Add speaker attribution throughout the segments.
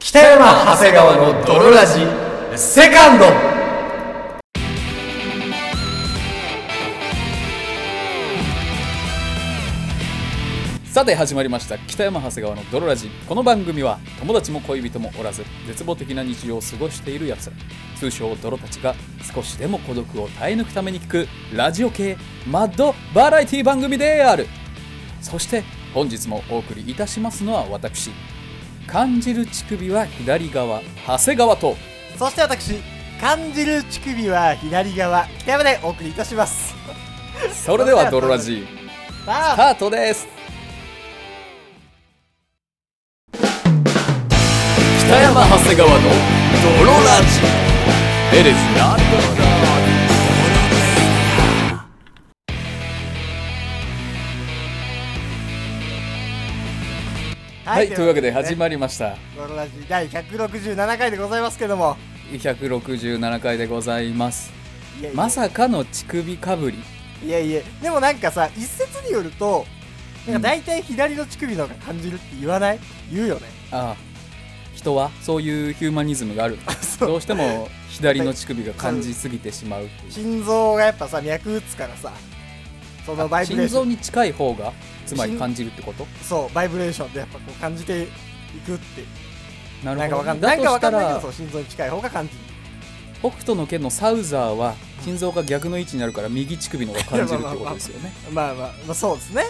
Speaker 1: 北山長谷川の泥ラジセカンド
Speaker 2: さて始まりました北山長谷川の泥ラジこの番組は友達も恋人もおらず絶望的な日常を過ごしているやつら通称泥たちが少しでも孤独を耐え抜くために聞くラジオ系マッドバラエティ番組であるそして本日もお送りいたしますのは私感じる乳首は左側長谷川と
Speaker 3: そして私感じる乳首は左側北山でお送りいたします
Speaker 2: それでは泥ラジスタ
Speaker 3: さあ
Speaker 2: ートです北山長谷川の泥ラジエレスなはい、というわけで始まりました
Speaker 3: ゴロラジ第167回でございますけども
Speaker 2: 167回でございます
Speaker 3: いやいや
Speaker 2: まさかの乳首かぶり
Speaker 3: いやいやでもなんかさ一説によるとなんか大体左の乳首の方が感じるって言わない言うよね
Speaker 2: ああ人はそういうヒューマニズムがある
Speaker 3: そう
Speaker 2: どうしても左の乳首が感じすぎてしまうっていう
Speaker 3: 心臓がやっぱさ脈打つからさそのバイブ
Speaker 2: 心
Speaker 3: レーショ
Speaker 2: 臓
Speaker 3: ン
Speaker 2: に近い方がつまり感じるってこと
Speaker 3: そうバイブレーションでやっぱこう感じていくって
Speaker 2: な
Speaker 3: な
Speaker 2: る
Speaker 3: んか
Speaker 2: ほ
Speaker 3: わ
Speaker 2: ど
Speaker 3: かんなんかわかんないけど
Speaker 2: だ
Speaker 3: そ
Speaker 2: と
Speaker 3: う心臓に近い方が感じる
Speaker 2: したら北斗の拳のサウザーは心臓が逆の位置になるから右乳首の方が感じるってことですよね
Speaker 3: まあまあ、まあ、そうですね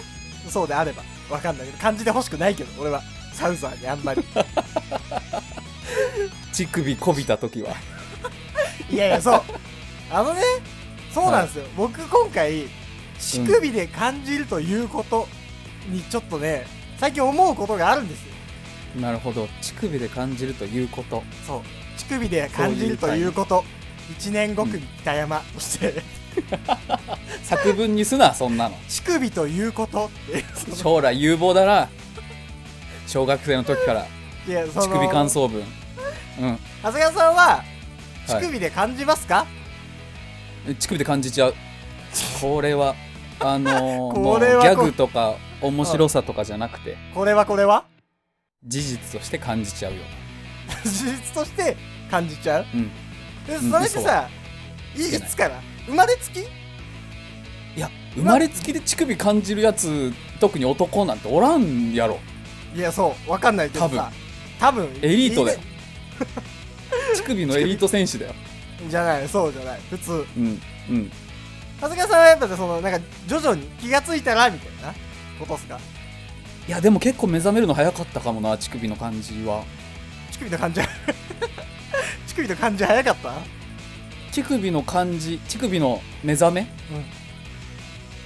Speaker 3: そうであればわかんないけど感じてほしくないけど俺はサウザーにあんまり
Speaker 2: 乳首こびた時 はい
Speaker 3: やいやそうあのねそうなんですよ、僕今回乳首で感じるということにちょっとね最近思うことがあるんですよ
Speaker 2: なるほど乳首で感じるということ
Speaker 3: そう乳首で感じるということ1年後組北山として、
Speaker 2: 作文にすなそんなの
Speaker 3: 乳首ということって
Speaker 2: 将来有望だな小学生の時から
Speaker 3: いやその
Speaker 2: 乳首感想文うん
Speaker 3: 長谷川さんは
Speaker 2: はい
Speaker 3: 乳首で感じますか、
Speaker 2: 乳首で感じちゃうこれはあのーも
Speaker 3: こ
Speaker 2: うギ
Speaker 3: れはこ
Speaker 2: ャグとか面白さとかじゃなくて
Speaker 3: これはこれは
Speaker 2: 事実として感じちゃうよ
Speaker 3: 事実として感じちゃう
Speaker 2: うん
Speaker 3: で
Speaker 2: うん
Speaker 3: それってさい
Speaker 2: つけ
Speaker 3: い
Speaker 2: ない
Speaker 3: つから生まれつき
Speaker 2: いや生まれつきで乳首感じるやつ特に男なんておらんやろ
Speaker 3: いやそうわかんないけどさ多分
Speaker 2: エリートだ
Speaker 3: で
Speaker 2: よ乳首のエリート選手だよ
Speaker 3: じゃないそうじゃない普通
Speaker 2: うんうん
Speaker 3: 長谷川さんはやっぱそのなんか徐々に気がついたらみたいなことっすか
Speaker 2: いやでも結構目覚めるの早かったかもな乳首の感じは
Speaker 3: 乳首の感じ 乳首の感じ早かった
Speaker 2: 乳首の感じ乳首の目覚め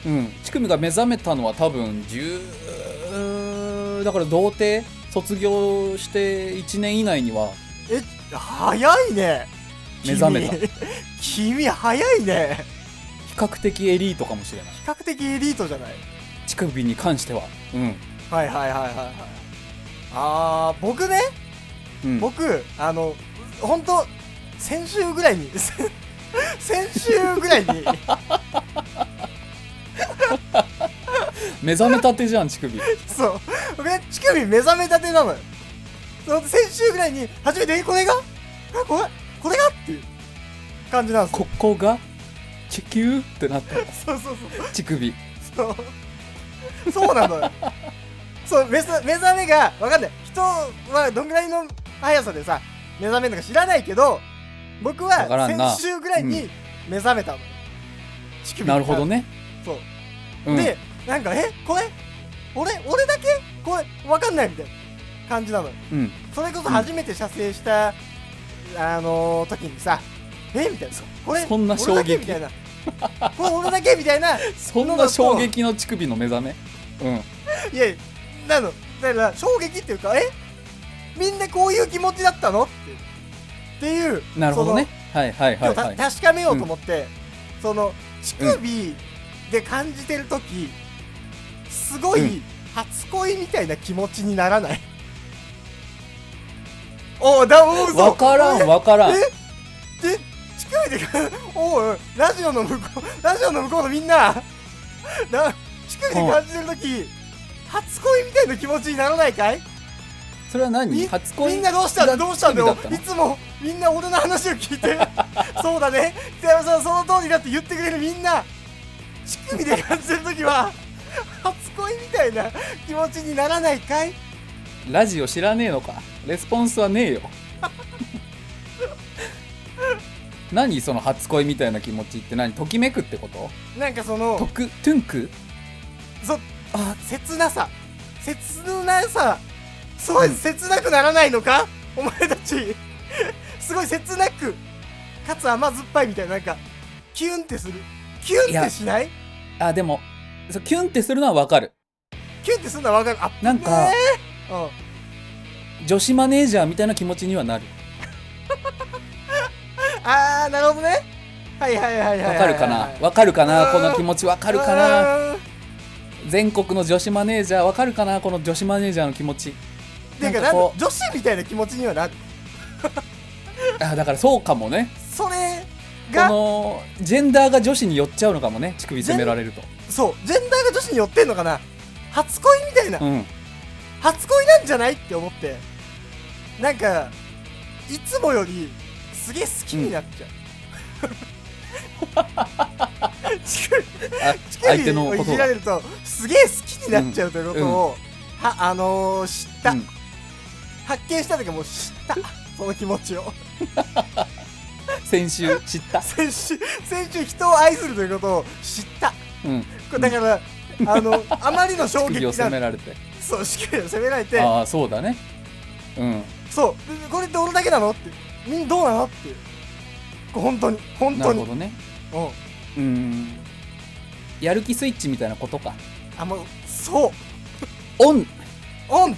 Speaker 2: うん乳首が目覚めたのは多分10だから童貞卒業して1年以内には
Speaker 3: え早いね
Speaker 2: 目覚めた
Speaker 3: 君 君早いね
Speaker 2: 比較的エリートかもしれない
Speaker 3: 比較的エリートじゃない
Speaker 2: 乳首に関してはうん
Speaker 3: はいはいはいはいはいあー僕ね
Speaker 2: うん
Speaker 3: 僕あの本当先週ぐらいに 先週ぐらい に
Speaker 2: 目覚めたてじゃん乳首
Speaker 3: そう僕ね乳首目覚めたてなのよその先週ぐらいに初めてえこれがあこれこれがっていう感じなんですよ
Speaker 2: ここが地球ってなった
Speaker 3: そうそう
Speaker 2: 乳首
Speaker 3: そうそうそうなのよそう目覚目覚めがわかんない人はどんぐらいの速さでさ目覚めるのか知らないけど僕は
Speaker 2: わからんな
Speaker 3: 先週ぐらいに目覚めたのよ、乳首
Speaker 2: なるほど
Speaker 3: ね
Speaker 2: ね、
Speaker 3: そう
Speaker 2: うん、
Speaker 3: で、なんか、え、これ俺、俺だけこれ、わかんないみたいな感じなのよ。
Speaker 2: うん
Speaker 3: それこそ初めて射精した、あのー、時にさ、えみたいな。これ、
Speaker 2: そんな衝撃
Speaker 3: 俺だけみたいな。これ俺だけみたいな。い
Speaker 2: そんな衝撃の乳首の目覚めうん
Speaker 3: や、なの。だから、衝撃っていうか、えみんなこういう気持ちだったのっていう。っていう。
Speaker 2: なるほどねはいはい
Speaker 3: そ
Speaker 2: はい
Speaker 3: の。今
Speaker 2: は
Speaker 3: 日
Speaker 2: い
Speaker 3: た確かめようと思って、その、乳首で感じてる時、すご
Speaker 2: う
Speaker 3: い初恋みたいな気持ちになら ない。おうだ、おう、嘘
Speaker 2: わからんわからん
Speaker 3: えで、乳首で、おう、ラジオの向こう、ラジオの向こうのみんな、な乳首で感じてる時、初恋みたいな気持ちにならないかい
Speaker 2: それは何
Speaker 3: み
Speaker 2: 初恋
Speaker 3: みんなどうした
Speaker 2: だ
Speaker 3: どうしたんだ
Speaker 2: だ
Speaker 3: よ
Speaker 2: ったの
Speaker 3: いつもみんな俺の話を聞 いてそうだね北山さんその通りだって言ってくれるみんな乳首で感じてる時は初恋みたいな気持ちにならないかい
Speaker 2: ラジオ知らねえのかレスポンスは ねえよ何その初恋みたいな気持ちって何ときめくってこと
Speaker 3: なんかそ
Speaker 2: と
Speaker 3: の
Speaker 2: くトゥンク
Speaker 3: そ
Speaker 2: あ
Speaker 3: 切なさ切なさすごい切なくならないのか、お前たちすごい切なくかつ甘酸っぱいみたいななんかキュンってするキュンってしない
Speaker 2: あでもそうキュンってするのはわかる
Speaker 3: キュンってするのはわかるあ
Speaker 2: なんか
Speaker 3: ねえうん
Speaker 2: 女子マネージャーみたいな気持ちにはなる
Speaker 3: あーなるほどねはいはいはいはい
Speaker 2: わ
Speaker 3: はい
Speaker 2: かるかなわかるかなこの気持ちわかるかな
Speaker 3: な
Speaker 2: 全国の女子マネージャーわかるかなこの女子マネージャーの気持ち
Speaker 3: ていう
Speaker 2: な
Speaker 3: かなんん
Speaker 2: か
Speaker 3: か
Speaker 2: こ
Speaker 3: 女子みたいな気持ちにはなる
Speaker 2: あだからそうかもね
Speaker 3: それ
Speaker 2: こ
Speaker 3: が
Speaker 2: のジェンダーが女子に寄っちゃうのかもね乳首責められると
Speaker 3: そうジェンダーが女子に寄ってんのかな初恋みたいな、
Speaker 2: うん
Speaker 3: 初恋なんじゃないって思ってなんかいつもよりすげえ好きになっちゃう、 乳首
Speaker 2: あ
Speaker 3: 乳首
Speaker 2: 相手の
Speaker 3: を
Speaker 2: こ
Speaker 3: い
Speaker 2: と
Speaker 3: じ
Speaker 2: が
Speaker 3: られるとすげえ好きになっちゃうということを、はあのー、知った、
Speaker 2: うん
Speaker 3: 発見した時はもう知った その気持ちを
Speaker 2: 先週知った、
Speaker 3: 先週先週人を愛するということを知ったこ
Speaker 2: うん、
Speaker 3: れだから、 あのあまりの衝撃
Speaker 2: 首を
Speaker 3: な
Speaker 2: 責
Speaker 3: ん
Speaker 2: められて
Speaker 3: そうしっかり責められて
Speaker 2: ああそうだねうん
Speaker 3: そうでこれって俺だけなのってみんなどうなのっていうこう本当に本
Speaker 2: な
Speaker 3: 当
Speaker 2: る
Speaker 3: に
Speaker 2: ほどね
Speaker 3: うん
Speaker 2: うんやる気スイッチみたいなことか
Speaker 3: あもうそう
Speaker 2: オン
Speaker 3: オン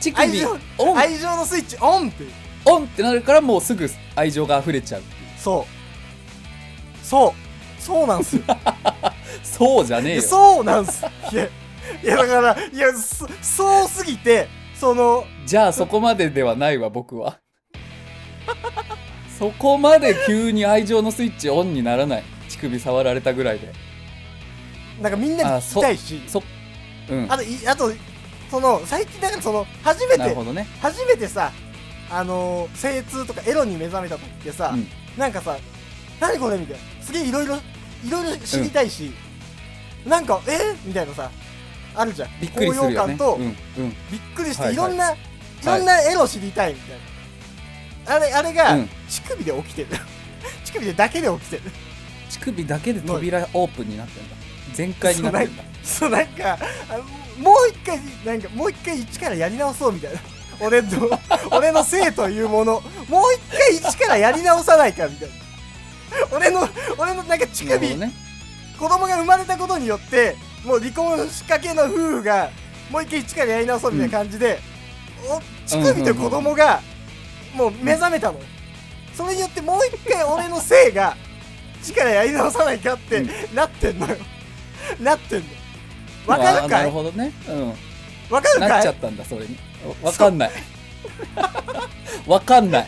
Speaker 2: 乳
Speaker 3: 愛
Speaker 2: 首
Speaker 3: 情
Speaker 2: オン
Speaker 3: 愛情のスイッチオンっていう
Speaker 2: オンってなるからもうすぐ愛情が溢れちゃう
Speaker 3: そうそうそうな んすよ
Speaker 2: そうじゃねえよ
Speaker 3: そうなんすいやいやだからいやそそうすぎてその
Speaker 2: じゃあそこまでではないわ僕は そこまで急に愛情のスイッチオンにならない乳首触られたぐらいで
Speaker 3: なんかみんなに
Speaker 2: あ
Speaker 3: 聞きたいし
Speaker 2: そうん
Speaker 3: あといあとその最近だからその初め
Speaker 2: なる
Speaker 3: て
Speaker 2: ほどね
Speaker 3: 初めてさあのー精通とかエロに目覚めた時ってさ、
Speaker 2: うん
Speaker 3: なんかさ何これみたいなすげえいろいろいろいろ知りたいし、なんかえみたいなさあるじゃん
Speaker 2: びっくりするよね
Speaker 3: 高揚感と、
Speaker 2: うんうん
Speaker 3: びっくりし
Speaker 2: は
Speaker 3: て
Speaker 2: い
Speaker 3: い
Speaker 2: は
Speaker 3: ろ
Speaker 2: い
Speaker 3: んな、いろんなエロ知りたいみたいな、あれあれが、
Speaker 2: うん
Speaker 3: 乳首で起きてる 乳首でだけで起きてる
Speaker 2: 乳首だけで扉オープンになってんだ全開になってんだ
Speaker 3: そうなんかあもう一回なんかもう一回一からやり直そうみたいな 俺の俺の性というものもう一回一からやり直さないかみたいな俺の俺のなんか乳
Speaker 2: なる
Speaker 3: 首、
Speaker 2: ほどね
Speaker 3: 子供が生まれたことによってもう離婚しかけの夫婦がもう一回一からやり直そうみたいな感じで、お乳首と子供がもう目覚めたの、それによってもう一回俺の性が一からやり直さないかってなってんのよなってんのわか
Speaker 2: あ
Speaker 3: る
Speaker 2: ーな
Speaker 3: か
Speaker 2: る
Speaker 3: い
Speaker 2: ほどねうん
Speaker 3: わかる
Speaker 2: なっ
Speaker 3: か
Speaker 2: ちゃ
Speaker 3: い
Speaker 2: ったんだそれにわか んないわかんない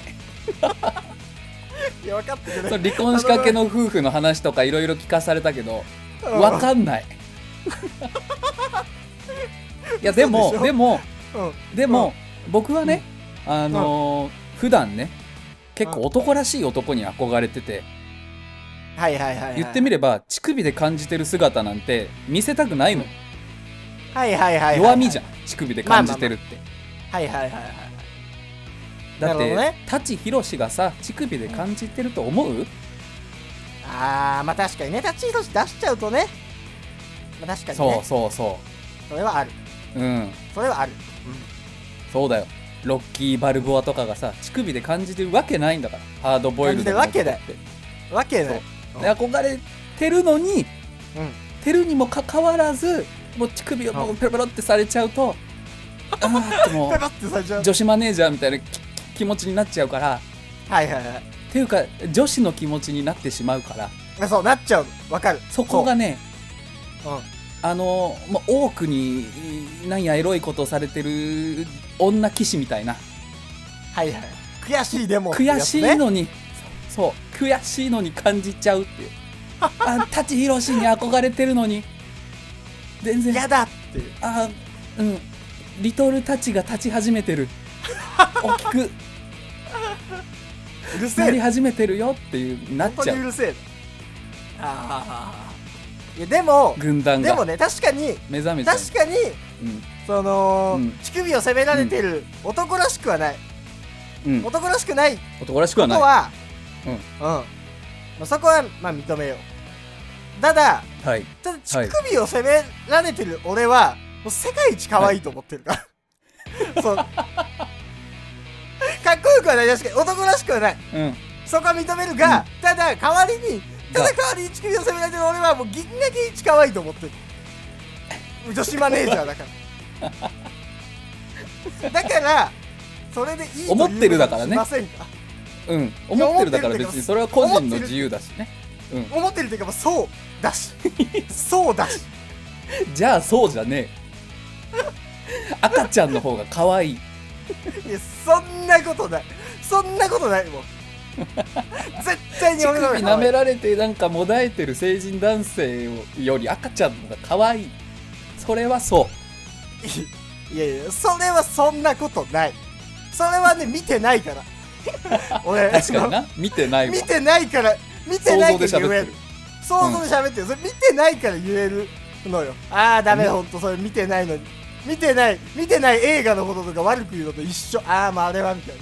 Speaker 3: いや分かってくれ
Speaker 2: その離婚しかけの夫婦の話とかいろいろ聞かされたけど
Speaker 3: うん
Speaker 2: わかんない いやでも
Speaker 3: 嘘でしょ
Speaker 2: でも
Speaker 3: うん
Speaker 2: でも、僕はね、あのー普段ね結構男らしい男に憧れてて、
Speaker 3: はいはいはいはい
Speaker 2: 言ってみれば乳首で感じてる姿なんて見せたくないの、
Speaker 3: はいはいはいはい
Speaker 2: 弱みじゃん乳首で感じてるって、
Speaker 3: はいはいはいはいまあまあなるほど
Speaker 2: だっ
Speaker 3: ね
Speaker 2: て舘ひろしがさ乳首で感じてると思う、
Speaker 3: あーまあ確かにね立ち位置出しちゃうとねまあ確かに
Speaker 2: そう
Speaker 3: ね
Speaker 2: そうそ
Speaker 3: それはある
Speaker 2: ううん
Speaker 3: それはある
Speaker 2: そうだよロッキー・バルボアとかがさ乳首で感じてるわけないんだからハードボイルドの男
Speaker 3: 感じてるわ
Speaker 2: って
Speaker 3: わけない
Speaker 2: で憧れてるのに
Speaker 3: うん
Speaker 2: てるにもかかわらずもう乳首をもうペロペロってされちゃうとあーっても
Speaker 3: ペ ロってされちゃう
Speaker 2: う女子マネージャーみたいなき気持ちになっちゃうから
Speaker 3: はいはいはい
Speaker 2: っていうか女子の気持ちになってしまうから
Speaker 3: あそうなっちゃうのわかる
Speaker 2: そこがね
Speaker 3: そううん
Speaker 2: あのもう多くになんやエロいことをされてる女騎士みたいな
Speaker 3: はいはい悔しいでも
Speaker 2: 悔し
Speaker 3: や
Speaker 2: い
Speaker 3: つね
Speaker 2: のに、そう悔しいのに感じちゃうっていうあ舘ひろしに憧れてるのに全然
Speaker 3: 嫌だっていう
Speaker 2: あうんリトルたちが立ち始めて る大きく
Speaker 3: うるせ
Speaker 2: なり
Speaker 3: え
Speaker 2: 始めてるよっていうなっ
Speaker 3: 本
Speaker 2: ち
Speaker 3: 当
Speaker 2: ゃ
Speaker 3: にう
Speaker 2: う
Speaker 3: るせえああいやでも
Speaker 2: 軍団
Speaker 3: でも
Speaker 2: が
Speaker 3: ね確かに
Speaker 2: 目覚めちゃう
Speaker 3: 確かにその、
Speaker 2: うん
Speaker 3: 乳首を責められてる男らしくはない、
Speaker 2: うんうん、
Speaker 3: 男らしくない
Speaker 2: 男らしくは
Speaker 3: こ
Speaker 2: な
Speaker 3: と
Speaker 2: い
Speaker 3: は
Speaker 2: うん
Speaker 3: まあそこはまあ認めようただ
Speaker 2: はい
Speaker 3: ただ乳首を責められてる俺は、もう世界一可愛いと思ってるから、そうかっこよくはない確かに男らしくはない
Speaker 2: うん
Speaker 3: そこは認めるが、
Speaker 2: うん
Speaker 3: ただ代わりにただ
Speaker 2: が
Speaker 3: 代わりに乳首を責められてる俺はもう銀河系一可愛いと思ってる女子マネージャーだからだからそれでいいという
Speaker 2: 思ってるだからね
Speaker 3: ことにしませんか
Speaker 2: うん思ってるだから別にそれは個人の自由だしね
Speaker 3: 思ってるというかもうそうだしそうだし
Speaker 2: じゃあそうじゃね え赤ちゃんの方が可愛い
Speaker 3: いやそんなことないそんなこと ないもん絶対に
Speaker 2: 乳
Speaker 3: 俺の方
Speaker 2: 首舐
Speaker 3: が可愛
Speaker 2: め
Speaker 3: い
Speaker 2: られてなんかもだえてる成人男性より赤ちゃんの方が可愛いそれはそ
Speaker 3: いやいやそれはそんなことないそれはね見てない から俺
Speaker 2: う確かに な見てないわ
Speaker 3: 見てないから見てないから言える想
Speaker 2: 像で喋ってる
Speaker 3: 像で喋ってる、それ見てないから言えるのよああダメ
Speaker 2: うん
Speaker 3: ほんとそれ見てないのに見てない見てない映画のこととか悪く言うのと一緒ああまああれはみたい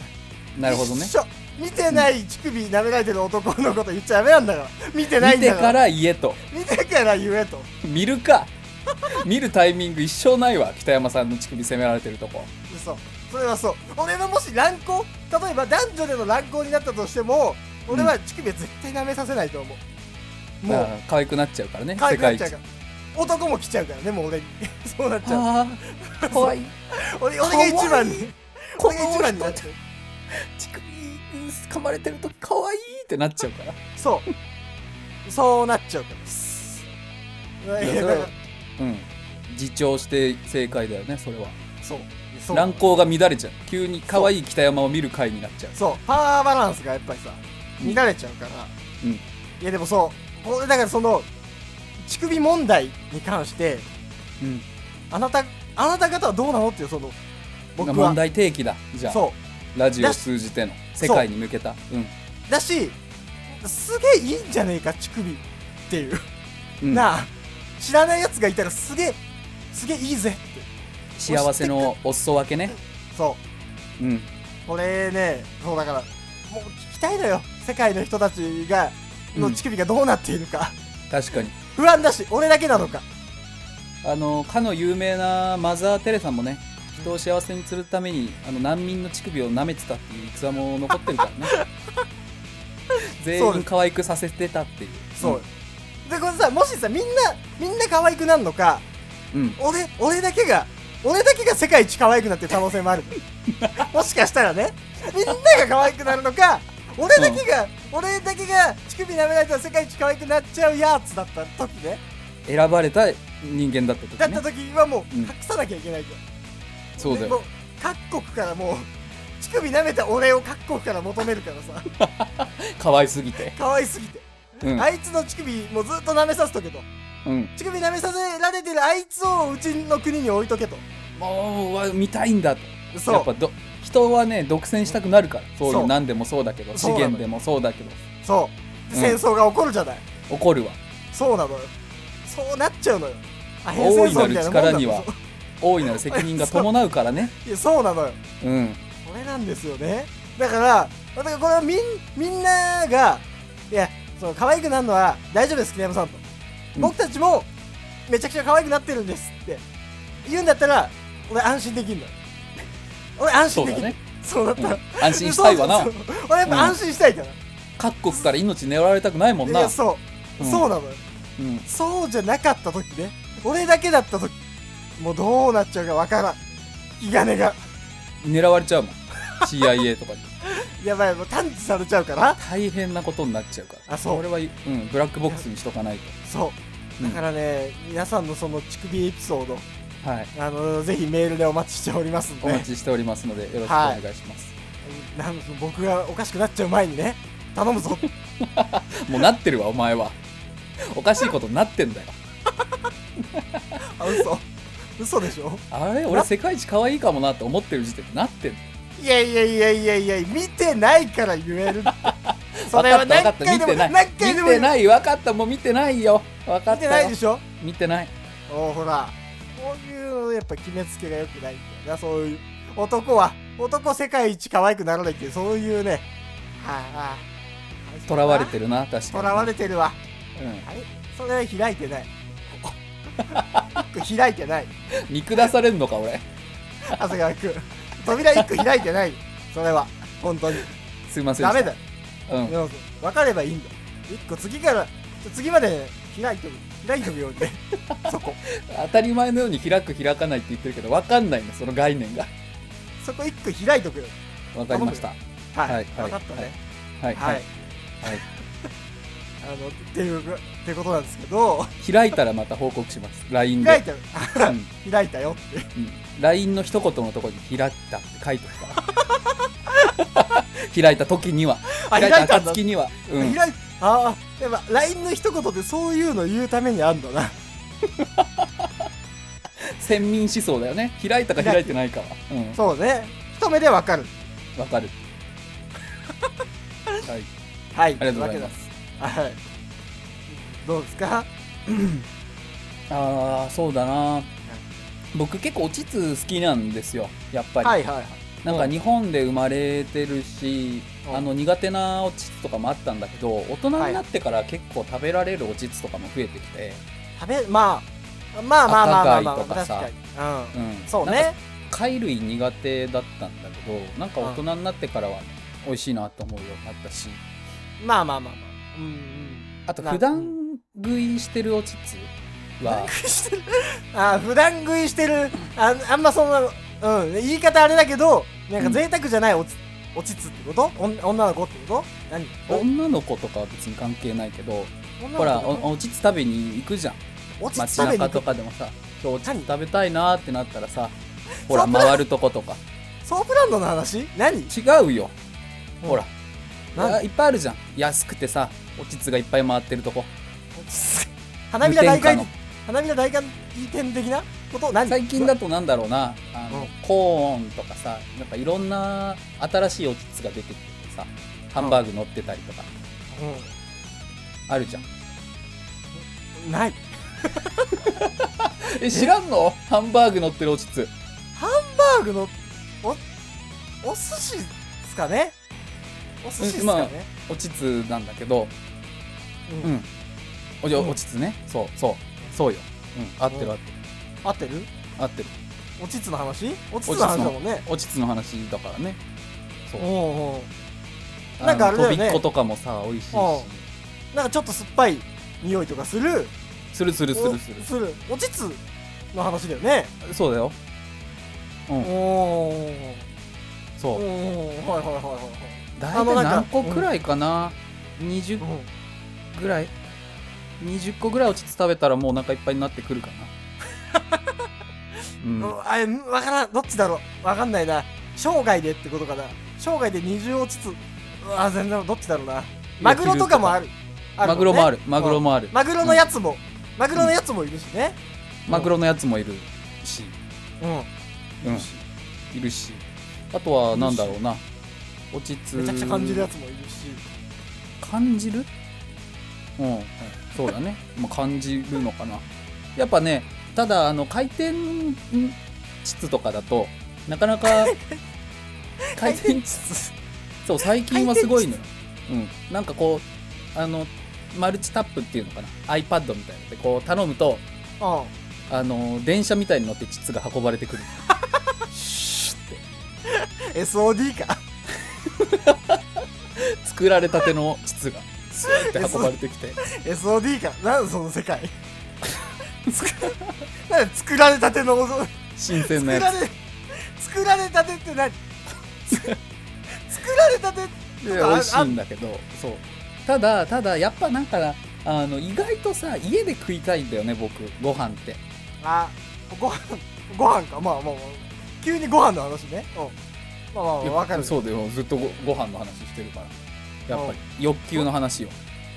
Speaker 3: な
Speaker 2: なるほどね
Speaker 3: 一緒見てない乳首舐められてる男のこと言っちゃダメなんだから見てない
Speaker 2: 見
Speaker 3: ん
Speaker 2: て
Speaker 3: だか
Speaker 2: からら言えと
Speaker 3: 見てから言えと
Speaker 2: 見るか見るタイミング一生ないわ北山さんの乳首責められてるとこ
Speaker 3: 嘘それはそう俺はもし乱交例えば男女での乱交になったとしても俺は乳首は絶対舐めさせないと思う、もう
Speaker 2: あー可愛くなっちゃうからね
Speaker 3: 可愛
Speaker 2: 世
Speaker 3: くな
Speaker 2: 界
Speaker 3: っ
Speaker 2: 一
Speaker 3: ちゃうから男も来ちゃうからねもう俺に そうなっちゃう
Speaker 2: ああ可愛い
Speaker 3: 俺俺が一番に
Speaker 2: 可
Speaker 3: 俺
Speaker 2: 愛い
Speaker 3: が一番になっちゃう
Speaker 2: 乳首噛まれてると可愛いってなっちゃうから
Speaker 3: そうそうなっちゃうから
Speaker 2: いや
Speaker 3: いや
Speaker 2: そ
Speaker 3: だ
Speaker 2: れ
Speaker 3: か
Speaker 2: は
Speaker 3: ら
Speaker 2: うん自重して正解だよねそれは
Speaker 3: そうそう
Speaker 2: 乱行が乱れちゃう急に可愛い北山を見る回になっちゃう
Speaker 3: そうパワーバランスがやっぱりさ
Speaker 2: うん
Speaker 3: 乱れちゃうから、
Speaker 2: うん
Speaker 3: いやでもそう俺だからその乳首問題に関して
Speaker 2: うん
Speaker 3: あなたあなた方はどうなのっていうその僕は
Speaker 2: 問題提起だじゃあ
Speaker 3: そ
Speaker 2: ラジオを通じての世界に向けたうん
Speaker 3: うだしすげえいいんじゃねえか乳首っていう、
Speaker 2: うん
Speaker 3: なあ知らないやつがいたらすげえすげえいいぜって
Speaker 2: 幸せのお裾分けね
Speaker 3: そう
Speaker 2: うん
Speaker 3: これねそうだからもう聞きたいのよ世界の人たちがの乳首がどうなっているか、
Speaker 2: 確かに
Speaker 3: 不安だし俺だけなのか
Speaker 2: あのかの有名なマザー・テレさんもね人を幸せにするためにあの難民の乳首を舐めてたっていう逸話も残ってる からね全員可愛くさせてたっていう
Speaker 3: そう、でこれさもしさみんなみんな可愛くなるのか
Speaker 2: うん、うん
Speaker 3: 俺俺だけが俺だけが世界一可愛くなってる可能性もある もしかしたらねみんなが可愛くなるのか俺だけが、俺だけが乳首舐められたら世界一可愛くなっちゃうやつだった時ね
Speaker 2: 選ばれた人間だった
Speaker 3: だっ
Speaker 2: 時ね
Speaker 3: た時はもう
Speaker 2: うん
Speaker 3: 隠さなきゃいけないじゃん
Speaker 2: そうだ
Speaker 3: でも
Speaker 2: よ
Speaker 3: う各国からもう乳首舐めた俺を各国から求めるからさ
Speaker 2: 可愛すぎて
Speaker 3: 可愛すぎて、
Speaker 2: うん、
Speaker 3: あいつの乳首もうずっと舐めさせとけと
Speaker 2: うん、
Speaker 3: 乳首舐めさせられてるあいつをうちの国に置いとけと
Speaker 2: もううわ見たいんだと
Speaker 3: そう
Speaker 2: やっぱど人はね独占したくなるからそうい
Speaker 3: そう
Speaker 2: う何でもそうだけど資
Speaker 3: そうなのよ
Speaker 2: 源でもそうだけど
Speaker 3: そうで
Speaker 2: うん
Speaker 3: 戦争が起こるじゃない、
Speaker 2: 怒るわ
Speaker 3: そうなのよそうなっちゃうのよアヘン戦
Speaker 2: 大いな
Speaker 3: 争
Speaker 2: る
Speaker 3: みたいなもんな
Speaker 2: 力
Speaker 3: の
Speaker 2: には
Speaker 3: そう
Speaker 2: 大いなる責任が伴うからね
Speaker 3: いやそうなのよ
Speaker 2: うん
Speaker 3: これなんですよねだからだからこれはみんみんながいやその可愛くなるのは大丈夫です桐山さんと、
Speaker 2: うん
Speaker 3: 僕たちもめちゃくちゃ可愛くなってるんですって言うんだったら俺安心できるんだよ俺安
Speaker 2: そ
Speaker 3: 心
Speaker 2: う
Speaker 3: で
Speaker 2: だ
Speaker 3: きる
Speaker 2: ね、
Speaker 3: そうだった
Speaker 2: うん
Speaker 3: ら、、
Speaker 2: 安心したいわな
Speaker 3: そうそうそう俺やっぱ安心したいから、
Speaker 2: 各国から命狙われたくないもん
Speaker 3: い
Speaker 2: な
Speaker 3: やそう、
Speaker 2: うん
Speaker 3: そうなのよ
Speaker 2: うん
Speaker 3: そうじゃなかった時ね俺だけだった時もうどうなっちゃうかわからん気兼ねが
Speaker 2: 狙われちゃうもん CIA とかに
Speaker 3: やばいもう探知されちゃうから
Speaker 2: 大変なことになっちゃうから
Speaker 3: あそう
Speaker 2: これは、うん、ブラックボックスにしとかない
Speaker 3: そう
Speaker 2: うん
Speaker 3: だからね、皆さんのその乳首エピソード、
Speaker 2: とはい
Speaker 3: あのぜひメールでお待ちしておりますんで、
Speaker 2: お待ちしておりますのでよろしくお願いします、
Speaker 3: なん僕がおかしくなっちゃう前にね、頼む ぞ。
Speaker 2: もうなってるわお前はおかしいことになってんだよ
Speaker 3: あ、嘘。嘘でしょ
Speaker 2: あれ俺世界一可愛いかもなって思ってる時点でなってんの
Speaker 3: いやいやいやいやいや見てないから言えるって それは
Speaker 2: 分か
Speaker 3: 何
Speaker 2: った分
Speaker 3: 回でも
Speaker 2: かった見て
Speaker 3: 何
Speaker 2: ない
Speaker 3: 回で
Speaker 2: 見
Speaker 3: も
Speaker 2: てない分かったもう見てないよ分か
Speaker 3: 見
Speaker 2: ってた
Speaker 3: ない
Speaker 2: よ
Speaker 3: でしょ
Speaker 2: 見てない
Speaker 3: おほらこういうのやっぱ決めつけが良くないんだよなそういう男は男世界一可愛くならないっていうそういうねはあ
Speaker 2: 囚われて
Speaker 3: る
Speaker 2: るな確か
Speaker 3: 囚
Speaker 2: に
Speaker 3: われてるわ
Speaker 2: うん
Speaker 3: はいそれは開いてない 一個開いてない
Speaker 2: 見下されんのか俺
Speaker 3: 長谷川君扉一個開いてないそれは本当に
Speaker 2: すいません
Speaker 3: ダ
Speaker 2: でし
Speaker 3: メだよ
Speaker 2: たうん
Speaker 3: 分かればいいんだ一個次から次まで開いてる開いてるようにねそこ
Speaker 2: 当たり前のように開く開かないって言ってるけど分かんないのその概念が
Speaker 3: そこ一個開いとくよ
Speaker 2: 分かりました
Speaker 3: はい、
Speaker 2: はいはい
Speaker 3: 分かったね
Speaker 2: はい
Speaker 3: は、
Speaker 2: はいい、はい
Speaker 3: あのっていうってことなんですけど
Speaker 2: 開いたらまた報告します LINE
Speaker 3: 開い
Speaker 2: で、
Speaker 3: たよ
Speaker 2: うん
Speaker 3: 開いたよって
Speaker 2: うん、LINE の一言のところに「開いた」って書いておくから 開いた時には
Speaker 3: あ
Speaker 2: 開い
Speaker 3: 開い
Speaker 2: た
Speaker 3: たんだ
Speaker 2: 暁には、うん、
Speaker 3: 開いああやっぱ LINE の一言でそういうの言うためにあんだ な
Speaker 2: 先民思想だよね開いたか開いてないかはうん
Speaker 3: そうね一目で分かる
Speaker 2: わかるはい
Speaker 3: は
Speaker 2: あ
Speaker 3: い
Speaker 2: りがとうございます
Speaker 3: わけですはいどうですか
Speaker 2: ああそうだな僕結構おちつ好きなんですよやっぱり、
Speaker 3: はいはいはい
Speaker 2: なんか日本で生まれてるし、
Speaker 3: うん
Speaker 2: あの苦手なおちつとかもあったんだけど大人になってから結構食べられるおちつとかも増えてきて、
Speaker 3: 食べまあまあまあまあまあまあ、
Speaker 2: 赤貝とか
Speaker 3: 確
Speaker 2: さ
Speaker 3: かにうん
Speaker 2: うん、
Speaker 3: そう
Speaker 2: なんか
Speaker 3: ね
Speaker 2: 貝類苦手だったんだけどなんか大人になってからは美味しいなと思うようになったし
Speaker 3: まあまあまあまあうん
Speaker 2: あと
Speaker 3: な
Speaker 2: 普段食いしてるおちつは
Speaker 3: うんあ普段食いしてるああんまそんなうん言い方あれだけどなんか贅沢じゃないおち,、おちつってことおん女の子ってこと何お
Speaker 2: 女の子とかは別に関係ないけど
Speaker 3: 女
Speaker 2: ほら
Speaker 3: の子ってこ
Speaker 2: おおちつ食べに行くじゃん
Speaker 3: とおちつ
Speaker 2: 街
Speaker 3: 食べに
Speaker 2: 中
Speaker 3: 行
Speaker 2: と
Speaker 3: く
Speaker 2: かでもさ今日おち
Speaker 3: 何
Speaker 2: つ食べたいなーってなったら さほら回るとことか
Speaker 3: ソープランドの話何
Speaker 2: 違うよほら
Speaker 3: 何
Speaker 2: あいっぱいあるじゃん安くてさおちつがいっぱい回ってるとこ
Speaker 3: 花びら大
Speaker 2: 無添加の
Speaker 3: 回花びら大回転的なこと何
Speaker 2: 最近だとなんだろうなあの、
Speaker 3: うん
Speaker 2: コーンとかさなんかいろんな新しいおちつが出てきててさハンバーグ乗ってたりとかあるじゃん
Speaker 3: うんない
Speaker 2: え知らんのハンバーグ乗ってるおちつ
Speaker 3: ハンバーグのおお寿司ですかねお寿司ですかね、
Speaker 2: おちつなんだけど
Speaker 3: う
Speaker 2: うんんおじょ
Speaker 3: うん
Speaker 2: おちつねそうそうそうよ、うん、合ってる合って
Speaker 3: 合ってる
Speaker 2: る合ってる
Speaker 3: おちつの話おちつの話だもんね
Speaker 2: おちつの話だからねお
Speaker 3: お
Speaker 2: ちつ
Speaker 3: う
Speaker 2: の
Speaker 3: おうなんかあれだよね
Speaker 2: のとびっことかもさ美味しいし
Speaker 3: うなんかちょっと酸っぱい匂いとかする
Speaker 2: するするす
Speaker 3: お
Speaker 2: るする
Speaker 3: おちつの話だよね
Speaker 2: そうだよう
Speaker 3: お
Speaker 2: ん
Speaker 3: おおお
Speaker 2: そう
Speaker 3: はいはいはいはいはいあ
Speaker 2: 大
Speaker 3: の
Speaker 2: 体
Speaker 3: なんか
Speaker 2: 何個くらいかな、20
Speaker 3: うん
Speaker 2: ぐらい20個ぐらいおちつ食べたらもうお腹いっぱいになってくるかな うん
Speaker 3: うあえわからんどっちだろうわかんないな生涯でってことかな生涯で二重落ちつうわ全然どっちだろうなマグロとかもあるある
Speaker 2: マグロもあるマグロ
Speaker 3: もね
Speaker 2: もある
Speaker 3: うんマグロのやつもマグロのやつもいるしね
Speaker 2: マグロのやつもいるし、
Speaker 3: う
Speaker 2: うん、いるしあとはなんだろうな落ちつ
Speaker 3: んめちゃくちゃ感じるやつもいるし
Speaker 2: 感じるうんそうだねまあ感じるのかなやっぱねただあの回転質とかだとなかなか 回転質そう最近はすごいのよ、うん、なんかこうあのマルチタップっていうのかな iPad みたいなのでこう頼むと
Speaker 3: うん
Speaker 2: あの電車みたいに乗って膣が運ばれてくる シュッて
Speaker 3: SOD か
Speaker 2: 作られたての膣がスーって運ばれてきて
Speaker 3: SOD かなんだその世界作なんだ作られたての作
Speaker 2: 新鮮な
Speaker 3: られ
Speaker 2: や
Speaker 3: 作られたてって何作られたて
Speaker 2: つで美味しいんだけどそうただただやっぱなんかあの意外とさ家で食いたいんだよね僕ご飯って
Speaker 3: あご飯ご飯かまあまあまあ急にご飯の話ねうんまあまあまあわかる
Speaker 2: そううだよずっとごご飯の話してるからやっぱり欲求の話よ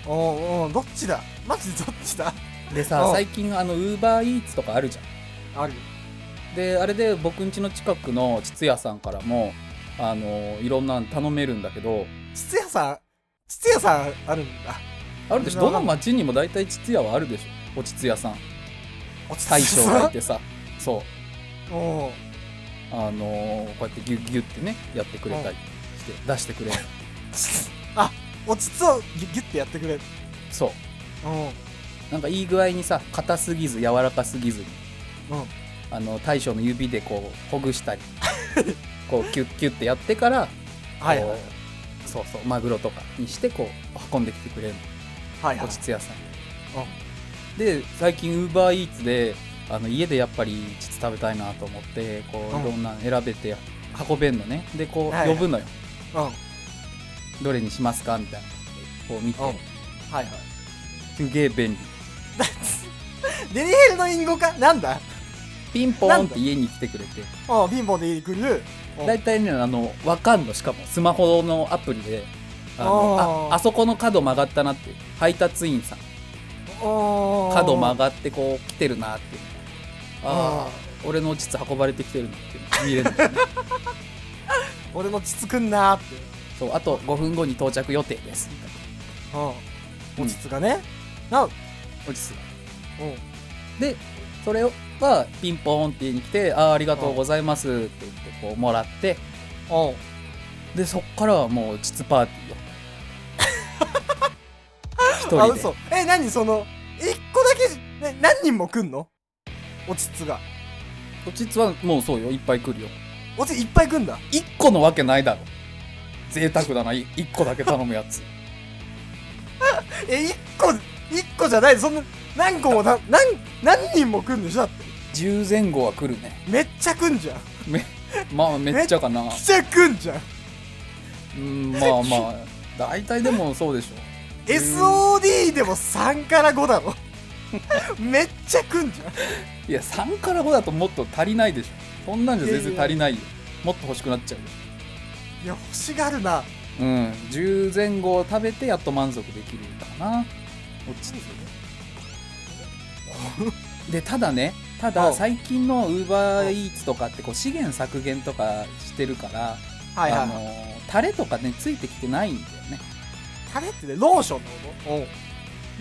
Speaker 3: おうんどっちだマジでどっちだ
Speaker 2: でさ
Speaker 3: うん
Speaker 2: 最近あのウーバーイーツとかあるじゃん
Speaker 3: ある
Speaker 2: であれで僕ん家の近くの筒屋さんからもあのいろんなの頼めるんだけど
Speaker 3: 筒屋さん筒屋さんあるんだ
Speaker 2: あるでしょどの町にも大体筒屋はあるでしょお筒屋さん
Speaker 3: お筒
Speaker 2: 大
Speaker 3: 屋
Speaker 2: 将
Speaker 3: さ
Speaker 2: が
Speaker 3: ん
Speaker 2: いてさそう
Speaker 3: おう
Speaker 2: あのこうやってギュッギュッてねやってくれたりして出してくれる
Speaker 3: あお筒をギュッギュッてやってくれる
Speaker 2: そう
Speaker 3: うん
Speaker 2: なんかいい具合にさ硬すぎず柔らかすぎずに
Speaker 3: うん
Speaker 2: あの大将の指でこうほぐした りこうキュッキュッてやってから
Speaker 3: はいはい
Speaker 2: こうそうそうマグロとかにしてこう運んできてくれる
Speaker 3: はい
Speaker 2: の
Speaker 3: はい
Speaker 2: おちつ屋さんで最近ウーバーイーツであの家でやっぱりちつ食べたいなと思ってこう
Speaker 3: うん
Speaker 2: いろんなの選べて運べんのねでこ
Speaker 3: はいうは
Speaker 2: 呼
Speaker 3: い
Speaker 2: ぶのよ
Speaker 3: うんうん
Speaker 2: どれにしますかみたいなこう見て
Speaker 3: うんはいはい
Speaker 2: すげえ便利
Speaker 3: デリヘルの隠語かなんだ
Speaker 2: ピンポ
Speaker 3: なん
Speaker 2: ンっ
Speaker 3: だ
Speaker 2: て家に来てくれて
Speaker 3: うん貧乏でいいくるうん
Speaker 2: 大体ねあのわかんのしかもスマホのアプリであの
Speaker 3: あー
Speaker 2: ああそこの角曲がったなって配達員さん
Speaker 3: おー
Speaker 2: 角曲がってこう来てるなってあ
Speaker 3: あ
Speaker 2: あ俺の膣運ばれてきてるなって見れるんだよね
Speaker 3: 俺の筒くんなーって
Speaker 2: そうあと5分後に到着予定ですみたいなう
Speaker 3: う
Speaker 2: んん
Speaker 3: お筒がねなうん
Speaker 2: お膣がでそれはピンポーンって家に来て「ああありがとうございます」って言ってこうもらって
Speaker 3: おう
Speaker 2: でそっからはもう膣パーテ ィーよ
Speaker 3: あ
Speaker 2: 一人
Speaker 3: 嘘え何その一個だけ、ね、何人も来んのおちつが
Speaker 2: でお膣はもうそうよいっぱい来るよ
Speaker 3: おちついっぱい来んだ
Speaker 2: 一個のわけないだろ贅沢だない一個だけ頼むやつ
Speaker 3: え一個一個じゃないそんな何個もな何何人も来んでしょだって
Speaker 2: 10前後は来るね
Speaker 3: めっちゃ来んじゃん
Speaker 2: めまあめっちゃかな
Speaker 3: めっちゃ来んじゃん
Speaker 2: うんまあまあ大体でもそうでしょ
Speaker 3: SOD でも3から5だろめっちゃ来んじゃん
Speaker 2: いや3から5だともっと足りないでしょそんなんじゃ全然足りないよもっと欲しくなっちゃうよ
Speaker 3: いや欲しがるな
Speaker 2: うん10前後を食べてやっと満足できるかな落ち着いてでただねた
Speaker 3: う
Speaker 2: だ
Speaker 3: ん
Speaker 2: 最近のウーバーイーツとかってこう資源削減とかしてるから
Speaker 3: はいは
Speaker 2: あ
Speaker 3: い、
Speaker 2: の
Speaker 3: はい、
Speaker 2: ータレとかねついてきてないんだよね
Speaker 3: タレってねローションのことおう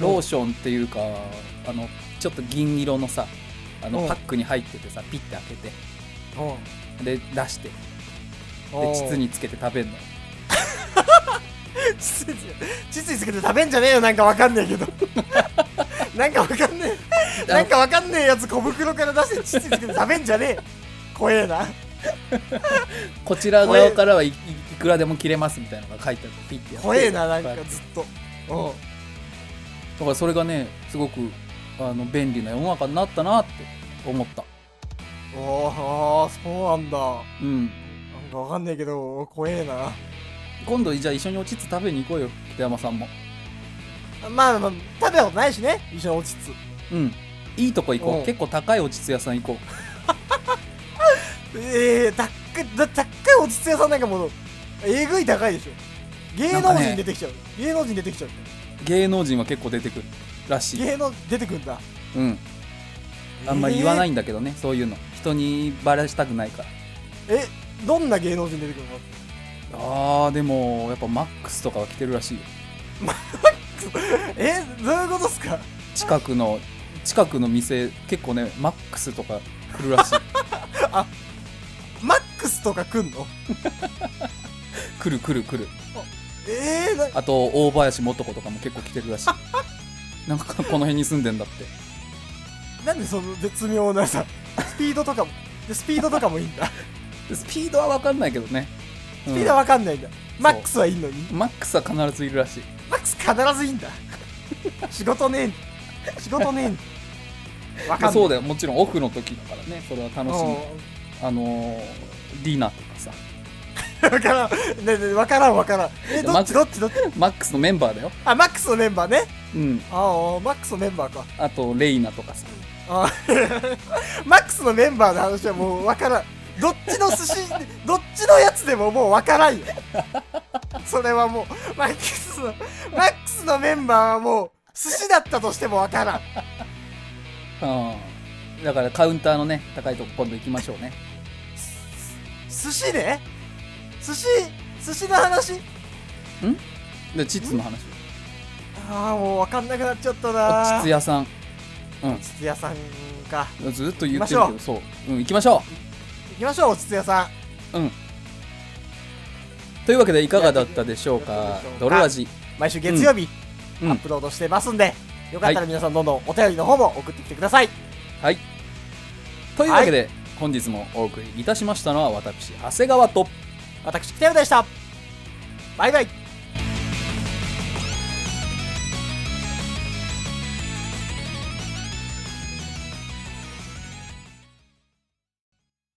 Speaker 2: ローションっていうかあのちょっと銀色のさあ
Speaker 3: う
Speaker 2: の
Speaker 3: ん
Speaker 2: パックに入っててさピッて開けて
Speaker 3: おう
Speaker 2: で出して
Speaker 3: お
Speaker 2: で
Speaker 3: う
Speaker 2: 膣につけて食べるの
Speaker 3: 膣に膣につけて食べんじゃねえよなんかわかんねえけど なんかわかんねえなんかわかんねえやつ小袋から出して膣につけて食べんじゃねえよ怖えな
Speaker 2: こちら側からはいいくらでも切れますみたいなのが書いてあってピッてやって
Speaker 3: 怖えななん
Speaker 2: こ
Speaker 3: か
Speaker 2: うやって
Speaker 3: ずっとおう
Speaker 2: だからそれがねすごくあの便利な世の中になったなって思った
Speaker 3: おーそうなんだな
Speaker 2: うん
Speaker 3: んかわかんねえけど怖えな
Speaker 2: 今度じゃあ一緒におちつ食べに行こうよ北山さんも
Speaker 3: まあ、まあ、食べたことないしね一緒に落ちつ
Speaker 2: うんいいとこ行こ
Speaker 3: お
Speaker 2: う
Speaker 3: う
Speaker 2: 結構高いおちつ屋さん行こう
Speaker 3: ええー、たっかだたっかい落ちつ屋さんなんかもうえぐい高いでしょ芸
Speaker 2: な
Speaker 3: 能
Speaker 2: んかね
Speaker 3: 人出てきちゃう、芸能人出てきちゃう
Speaker 2: 芸能人は結構出てくるらしい
Speaker 3: 芸能出てくんだ
Speaker 2: うんあんまり言わないいんだけどね、そういうの人にバラしたくないから
Speaker 3: えどんな芸能人出てくるの
Speaker 2: あーでもやっぱマックスとかは来てるらしいよ
Speaker 3: えどういうことっすか
Speaker 2: 近くの近くの店結構ねマックスとか来るら しい
Speaker 3: マックスとか来んの
Speaker 2: 来る来る来る
Speaker 3: えー、な
Speaker 2: あと大林素子とかも結構来てるらしい なんかこの辺に住んでんだって
Speaker 3: なんでその絶妙なさスピードとかもでスピードとかもいい んだ
Speaker 2: でスピードは分かんないけどね、
Speaker 3: スピードはわかんないんだ、マックスはいいのに
Speaker 2: うんマックスは必ずいるらしい
Speaker 3: マックス必ずいいん だ仕事ねえん仕事ねえんわ
Speaker 2: ま
Speaker 3: か
Speaker 2: あ
Speaker 3: んない
Speaker 2: そうだよもちろんオフの時だからねそれは楽しみ
Speaker 3: うん
Speaker 2: あのーディナーとかさ
Speaker 3: わからん、ねね、わからんわからん。え、どっち
Speaker 2: マ
Speaker 3: どっちどっち
Speaker 2: マックスのメンバーだよ
Speaker 3: あ、マックスのメンバーね。
Speaker 2: うん
Speaker 3: ああ、マックスのメンバーか。
Speaker 2: あとレイナとかさ
Speaker 3: あマックスのメンバーの話はもうわからん。どっちの寿司、どっちのやつでももうわからんよ。それはもう、マックスの、マックスのメンバーはもう、寿司だったとしてもわからん。
Speaker 2: あだからカウンターのね高いとこ今度行きましょうね
Speaker 3: 寿司ね寿司寿司の話
Speaker 2: でチッツの話
Speaker 3: ああもう分かんなくなっちゃった
Speaker 2: あチ
Speaker 3: な
Speaker 2: ッツ屋さん
Speaker 3: おつやさんか
Speaker 2: うんずっと言
Speaker 3: 行きま
Speaker 2: って
Speaker 3: し
Speaker 2: る
Speaker 3: ょう
Speaker 2: けどそう、うん、行きましょ
Speaker 3: 行きましょうおつつやさん
Speaker 2: ううんというわけでいかがだったでしょうかドロラジ
Speaker 3: 毎週月曜日、
Speaker 2: うん
Speaker 3: アップロードしてますんで、よかったら皆さんどんどんお便りの方も送ってきてください
Speaker 2: はいというわけで、本日もお送りいたしましたのは私長谷川と
Speaker 3: 私北山でしたバイバイ